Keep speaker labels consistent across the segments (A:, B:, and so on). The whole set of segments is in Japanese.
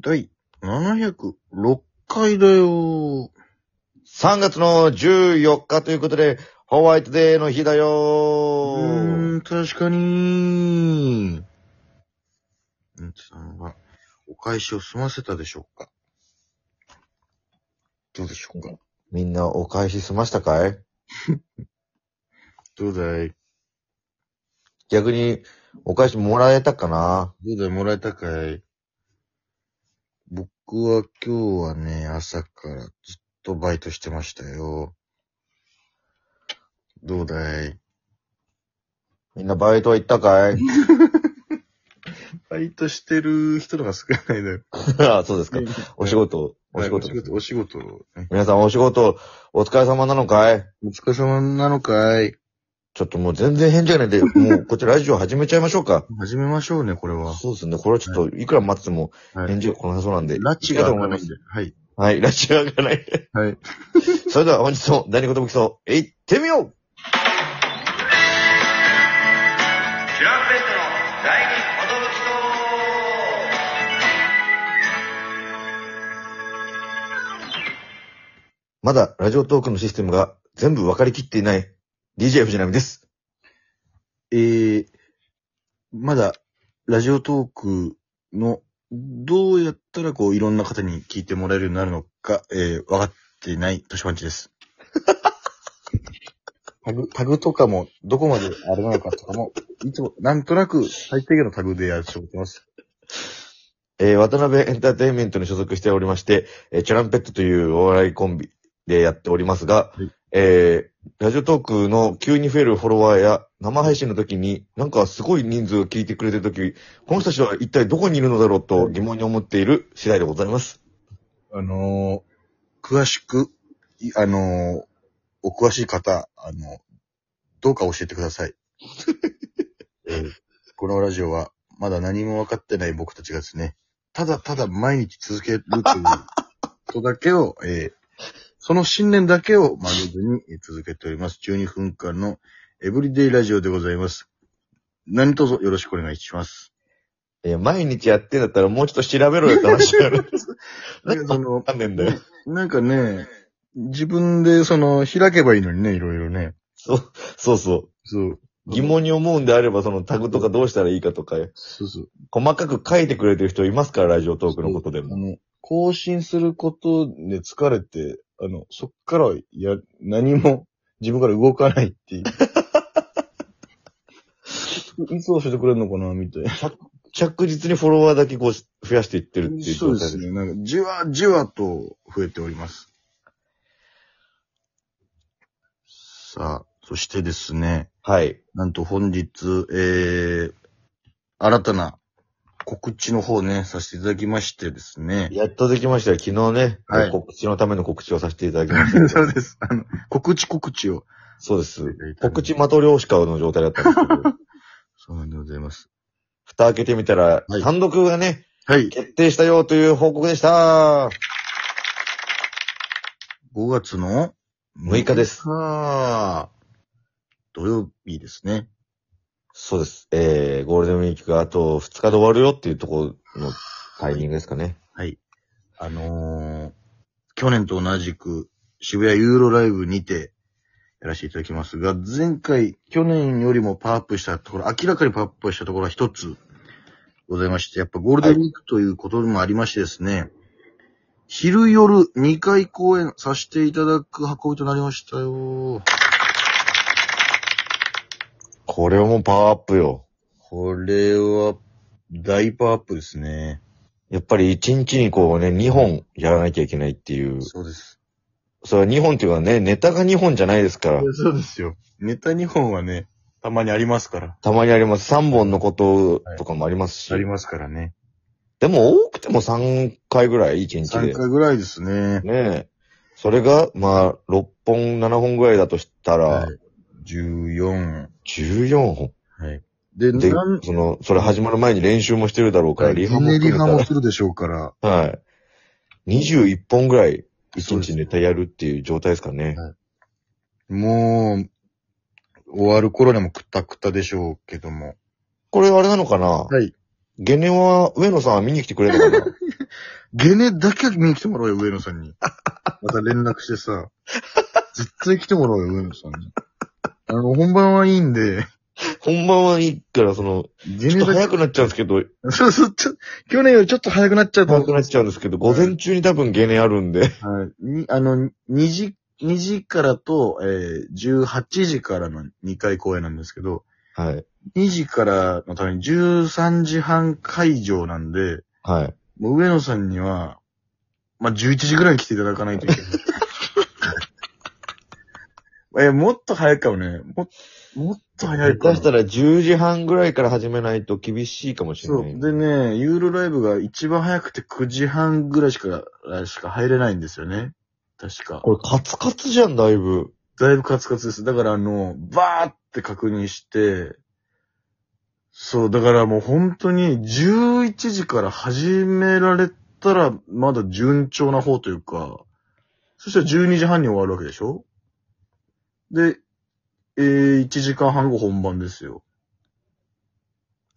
A: 第706回だよ
B: 3月の14日ということで、ホワイトデーの日だ
A: ー。
B: よ
A: うーん、確かにー。うんちさんは、お返しを済ませたでしょうかどうでしょうか
B: みんなお返し済ましたかい
A: どうだい
B: 逆に、お返しもらえたかな
A: どうだいもらえたかい僕は今日はね、朝からずっとバイトしてましたよ。どうだい
B: みんなバイトは行ったかい
A: バイトしてる人のが少ないだよ。
B: あそうですか。お仕事、お仕事
A: はい。お仕事、お仕事ね。
B: 皆さんお仕事、お疲れ様なのかい
A: お疲れ様なのかい
B: ちょっともう全然返事がないんで、もうこっちラジオ始めちゃいましょ うか。
A: 始めましょうね、これは。
B: そうですね。これはちょっと、いくら待ってても
A: は
B: 返
A: い。
B: 事が来なそうなんで。
A: ラッチが上が
B: 行きたいと思
A: ら
B: い
A: な
B: ま
A: いん
B: す。
A: で。はい。
B: はい、ラッチが上がらない。
A: はい。
B: それでは本日も第二言武器層、行ってみよう
C: シュランペットの第二
B: まだラジオトークのシステムが全部分かりきっていない DJ 藤波です。
A: えー、まだ、ラジオトークの、どうやったらこう、いろんな方に聞いてもらえるようになるのか、えー、わかっていない、年パンチです。 タグ、タグとかも、どこまであれなのかとかも、いつも、なんとなく、最低限のタグでやってます。
B: えー、渡辺エンターテインメントに所属しておりまして、えーチャランペットというお笑いコンビでやっておりますが、
A: はい
B: えー、ラジオトークの急に増えるフォロワーや生配信の時に、なんかすごい人数を聞いてくれてる時、この人たちは一体どこにいるのだろうと疑問に思っている次第でございます。
A: あのー、詳しく、いあのー、お詳しい方、あのどうか教えてください。えーこのラジオは、まだ何も分かってない僕たちがですね、ただただ毎日続けるということだけを、えーその信念だけを曲げずにえー続けております。12分間のエブリデイラジオでございます。何卒よろしくお願いします。
B: えー、毎日やってんだったらもうちょっと調べろよって話になるんです。なんか
A: あの
B: わかんねえんだよ。
A: なんかね、自分でその、開けばいいのにね、いろいろね。
B: そう、そうそう。
A: そう。
B: 疑問に思うんであれば、そのタグとかどうしたらいいかとか、
A: そうそう。
B: 細かく書いてくれてる人いますから、ラジオトークのことで
A: あ
B: も。
A: の、更新することで疲れて、あの、そっからはや、何も 自分から動かないって いう。いつ教えてくれるのかな、みたいな。
B: 着実にフォロワーだけこうし増やしていってるっていう状態です。
A: ね。なんか、じわじわと増えております。さあ、そしてですね、
B: はい。
A: なんと本日、えー、新たな告知の方ね、させていただきましてですね。
B: やっとできましたよ。昨日ね、
A: はい
B: 告知のための告知をさせていただきましたけ ど。
A: そうです。あの、告知告知を。
B: そうです。告知まと漁師かの状態だったんですけど、
A: そうなんでございます。
B: 蓋開けてみたら、
A: はい
B: 単独がね、
A: はい。
B: 決定したよという報告でした。
A: 5月の
B: 6日です
A: はあ土曜日ですね。
B: そうです。えー、ゴールデンウィークがあと2日で終わるよっていうところのタイミングですかね。
A: はい。あのー、去年と同じく渋谷ユーロライブにてやらせていただきますが、前回、去年よりもパワーアップしたところ、明らかにパワーアップしたところは一つございまして、やっぱゴールデンウィークということもありましてですね、昼夜2回公演させていただく運びとなりましたよ。
B: これはもうパワーアップよ。
A: これは、大パワーアップですね。
B: やっぱり一日にこうね、2本やらなきゃいけないっていう。
A: そうです。
B: それは2本っていうかね、ネタが2本じゃないですから。
A: そうですよ。ネタ2本はね、たまにありますから。
B: たまにあります。3本のこととかもありますし。
A: ますからね。
B: でも多くても3回ぐらい、1日
A: 3
B: で。
A: 回ぐらいですね。
B: ねえ。それが、まあ、6本、7本ぐらいだとしたら、
A: はい14。
B: 14本。
A: はい。で、
B: で
A: なん、
B: その、それ始まる前に練習もしてるだろうから、リハも
A: ひねり
B: 含め
A: ハ
B: た
A: も
B: ら。
A: するでしょうから。
B: はい。21本ぐらい、1
A: そうです
B: 日ネタやるっていう状態ですかね。
A: もう、終わる頃にはもうくたくたでしょうけども。
B: これあれなのかな
A: はい。
B: ゲネは、上野さんは見に来てくれる のかな
A: ゲネだけは見に来てもらおうよ、上野さんに。 また連絡してさ。絶対来てもらおうよ、上野さんに。あの、本番はいいんで、
B: 本番はいいから、その、
A: ゲ
B: ちょ
A: ネ
B: っと早
A: だけ、
B: くなっちゃうんですけど、
A: そうそう、ちょ、去年よりちょっと早くなっちゃうと
B: 早
A: 思う
B: く。なっちゃうんですけど、午前中に多分ゲネあるんで、
A: はい。に、あの、2時、2時からと、えー、18時からの2回公演なんですけど、
B: はい。
A: 2時からのために13時半会場なんで、
B: はい。
A: もう上野さんには、まあ、11時ぐらいに来ていただかないとい けない。え、もっと早いかもね。も、もっと早
B: 下
A: いかも。
B: 手したら10時半ぐらいから始めないと厳しいかもしれ
A: そ
B: な
A: う。
B: い。
A: でね、ユーロライブが一番早くて9時半ぐらいしか、しか入れないんですよね。確か。
B: これカツカツじゃん、だいぶ。
A: だいぶカツカツです。だからあの、バーって確認して、そう、だからもう本当に11時から始められたら、まだ順調な方というか、そしたら12時半に終わるわけでしょで、えー、1時間半後本番ですよ。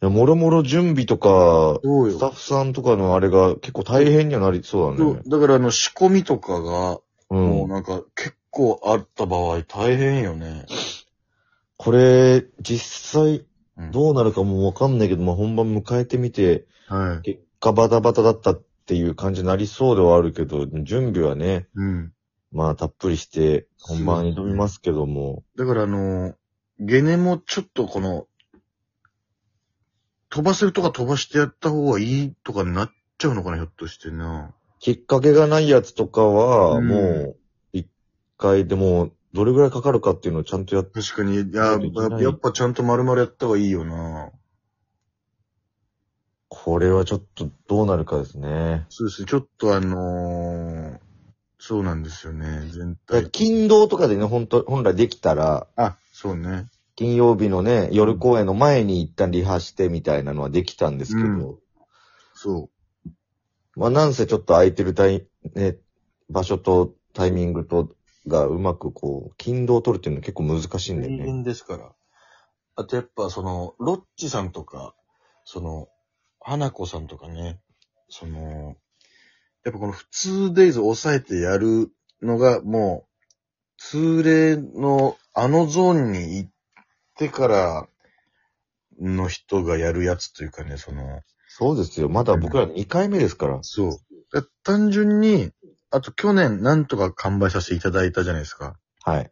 B: いやもろもろ準備とか、
A: そうよ
B: スタッフさんとかのあれが結構大変にはなりそうだ
A: そ
B: ね
A: う。だからあの、仕込みとかが、
B: う。
A: もうんなんか結構あった場合大変よね。
B: これ、実際、
A: うん
B: どうなるかもわかんないけど、まあ、本番迎えてみて、
A: はい。
B: 結果バタバタだったっていう感じになりそうではあるけど、準備はね、
A: うん。
B: まあ、たっぷりして、本番に挑みますけども。
A: だからあの、ゲネもちょっとこの、飛ばせるとか飛ばしてやった方がいいとかになっちゃうのかな、ひょっとしてな。
B: きっかけがないやつとかは、
A: うん
B: もう、一回でもう、どれぐらいかかるかっていうのをちゃんとやっ
A: 確かに、い
B: そ
A: や
B: うでき
A: やっ
B: な
A: ぱ
B: い
A: やっぱちゃんと丸々やった方がいいよな。
B: これはちょっとどうなるかですね。
A: そうですね、ちょっとあのーそうなんですよね、全体。
B: 金土とかでね、本当本来できたら、
A: あ、そうね。
B: 金曜日のね、夜公演の前に一旦リハしてみたいなのはできたんですけど、
A: そ
B: まあなんせちょっと空いてるタイ、ね、場所とタイミングとがうまくこう、金土を取るっていうのは結構難しい
A: うん
B: だよ。ね。
A: ですから。あとやっぱその、ロッチさんとか、その、花子さんとかね、その、やっぱこの普通デイズを抑えてやるのがもう、通例のあのゾーンに行ってからの人がやるやつというかね、その、
B: そうですよ。まだ僕ら2回目ですから。
A: そう。だ単純に、あと去年なんとか完売させていただいたじゃないですか。
B: はい。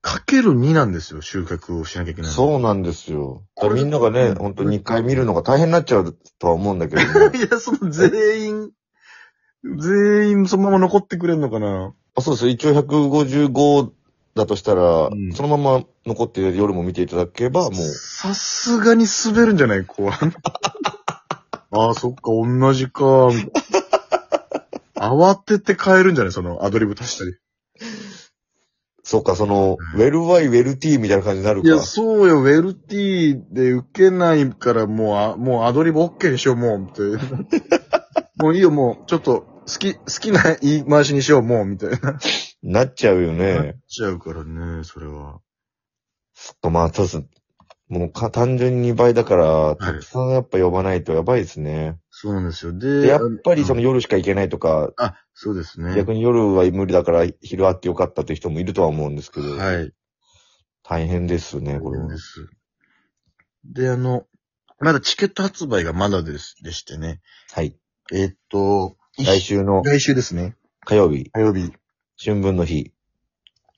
A: かける2なんですよ、収穫をしなきゃいけないの。
B: そうなんですよ。だからみんなが
A: う
B: ね、
A: ん
B: 本当に2回見るのが大変になっちゃうとは思うん だけども
A: いや、その全員、全員そのまま残ってくれんのかな
B: あそうです。一応155だとしたら、
A: うん
B: そのまま残って夜も見ていただければ、もう、
A: さすがに滑るんじゃない 後半。ああ、そっか、同じか。慌てて変えるんじゃないそのアドリブ足したり。
B: そうか、その、ウェルワイ、ウェルティーみたいな感じになる
A: いや、
B: か。
A: そうよ、ウェルティーで受けないから、もう、あもうアドリブ OK にしよう、もう、って。 もういいよ、もう、ちょっと、好き、好きな言い回しにしよう、もう、みたいな。
B: なっちゃうよ
A: なっ
B: ね。
A: ちゃうからね、それは。
B: まあ、そうです。もうか、単純に2倍だから、
A: い
B: たくさんやっぱ呼ばないとやばいですね。
A: そうなんですよ。
B: で
A: で、
B: やっぱりそ
A: の
B: の夜しか行けないとか、
A: あ、そうですね。
B: 逆に夜は無理だから昼あってよかったって人もいるとは思うんですけど、
A: はい。
B: 大変ですね、これは
A: で。す。で、あの、まだチケット発売がまだです、でしてね。
B: はい。
A: えーっと、
B: 来週の
A: 来週ですね。
B: 火曜日、
A: 火曜日
B: 春分の日、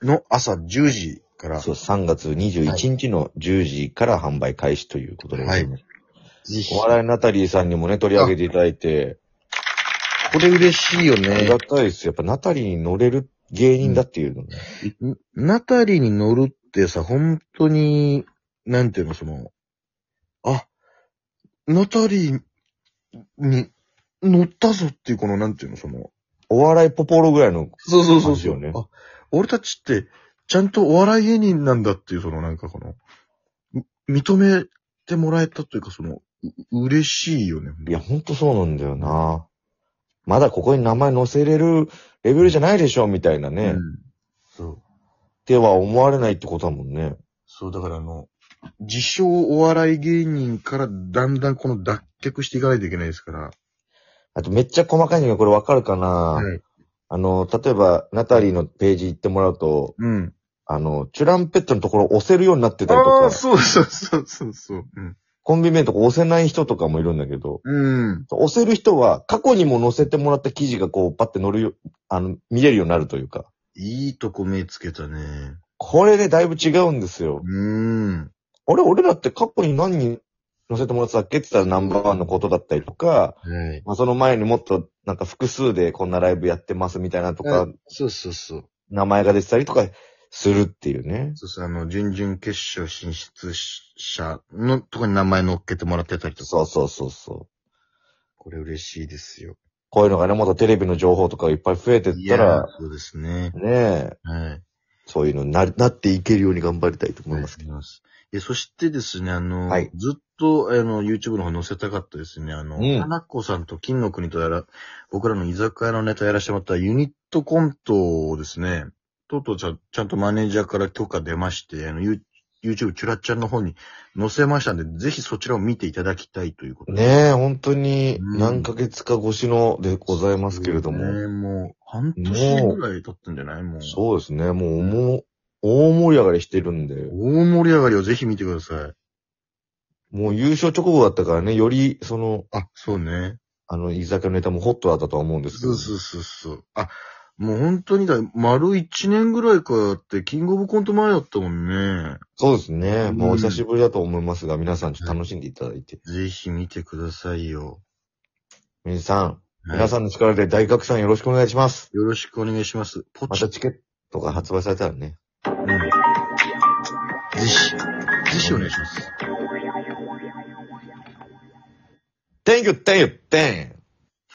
A: の朝10時から、
B: そ
A: ぜ
B: う3月21日の10時から販売開始ということでございます。
A: ひ、
B: お笑いナタリーさんにもね、取り上げていただいて、
A: これ嬉しいよ
B: あり
A: ね
B: が。たいです。やっぱナタリーに乗れる芸人だっていうのね。
A: んナタリーに乗るってさ、本当に、なんていうの、その、あ、ナタリーに乗ったぞっていう、この、なんていうの、その、
B: お笑いポポロぐらいの、
A: そうそうそう
B: 感じ
A: そ
B: よ
A: う、
B: ね
A: あ、俺たちって、ちゃんとお笑い芸人なんだっていう、そのなんかこの、み認めてもらえたというか、その、う嬉しいよね。
B: いや、ほんとそうなんだよな。まだここに名前載せれるレベルじゃないでしょ、みたいなね。
A: う
B: っ
A: ん。そう。
B: ては思われないってことだもんね。
A: そう、だからあの、自称お笑い芸人からだんだんこの脱却していかないといけないですから。
B: あとめっちゃ細かいのがこれわかるかな、
A: はい。
B: あの、例えば、ナタリーのページ行ってもらうと、
A: うん。
B: あの、チュランペットのところ押せるようになってたりと
A: ああ、
B: か、
A: そうそうそうそうそう。うん。
B: コンビ名のとこ押せない人とかもいるんだけど、
A: うん。
B: 押せる人は過去にも載せてもらった記事がこうパッて載るよ、あの、見れるようになるというか、
A: いいとこ目つけたね。
B: これでだいぶ違うんですよ。
A: うん。
B: あれ、俺らって過去に何人載せてもらってたっけって言ったらナンバーワンのことだったりとか、
A: はい。
B: まあ、その前にもっとなんか複数でこんなライブやってますみたいなとか、
A: はいそうそうそう。
B: 名前が出てたりとかするっていうね。
A: そうそう、あの、準々決勝進出者のとこに名前乗っけてもらってたりとか。
B: そうそうそうそう。
A: これ嬉しいですよ。
B: こういうのがね、もっとテレビの情報とかがいっぱい増えてっ
A: い
B: た
A: や
B: ら、
A: ーそうですね。
B: ねえ、
A: はい。
B: そういうのにななっていけるように頑張りたいと思いますけ
A: 思います。え、そしてですね、あの、
B: はい
A: ずっと、あの、YouTube の方載せたかったですね、あの、
B: うん
A: 花子さんと金の国とやら、僕らの居酒屋のネタやらせてもらったユニットコントをですね、とうとうちゃんちゃんとマネージャーから許可出まして、あの、You- YouTube チュラッチャンの方に載せましたんで、ぜひそちらを見ていただきたいということ
B: ど。
A: で
B: ねえ、本当に
A: うん
B: 何ヶ月か越しのでございますけれども。
A: ね、もう、半年ぐらい経ってんじゃないもう。
B: そうですね、もうもう大盛り上がりしてるんで、
A: 大盛り上がりをぜひ見てください。
B: もう優勝直後だったからね、よりその、
A: あ、そうね。
B: あの、居酒屋のネタもホットだったとは思うんですけ
A: そ
B: ど。
A: うそうそうそう。あ、もう本当にだ、丸一年ぐらいかって、キングオブコント前だったもんね。
B: そうですね。もうお
A: うん
B: 久しぶりだと思いますが、皆さんちょっと楽しんでいただいて。
A: ぜひ見てくださいよ。
B: 皆さん、
A: はい
B: 皆さんの力で大学さんよろしくお願いします。
A: よろしくお願いします。ポ
B: ま
A: チ。
B: たチケットが発売されたらね。
A: うんぜひ、ぜひお願いします。
B: Thank you, thank you, thank you!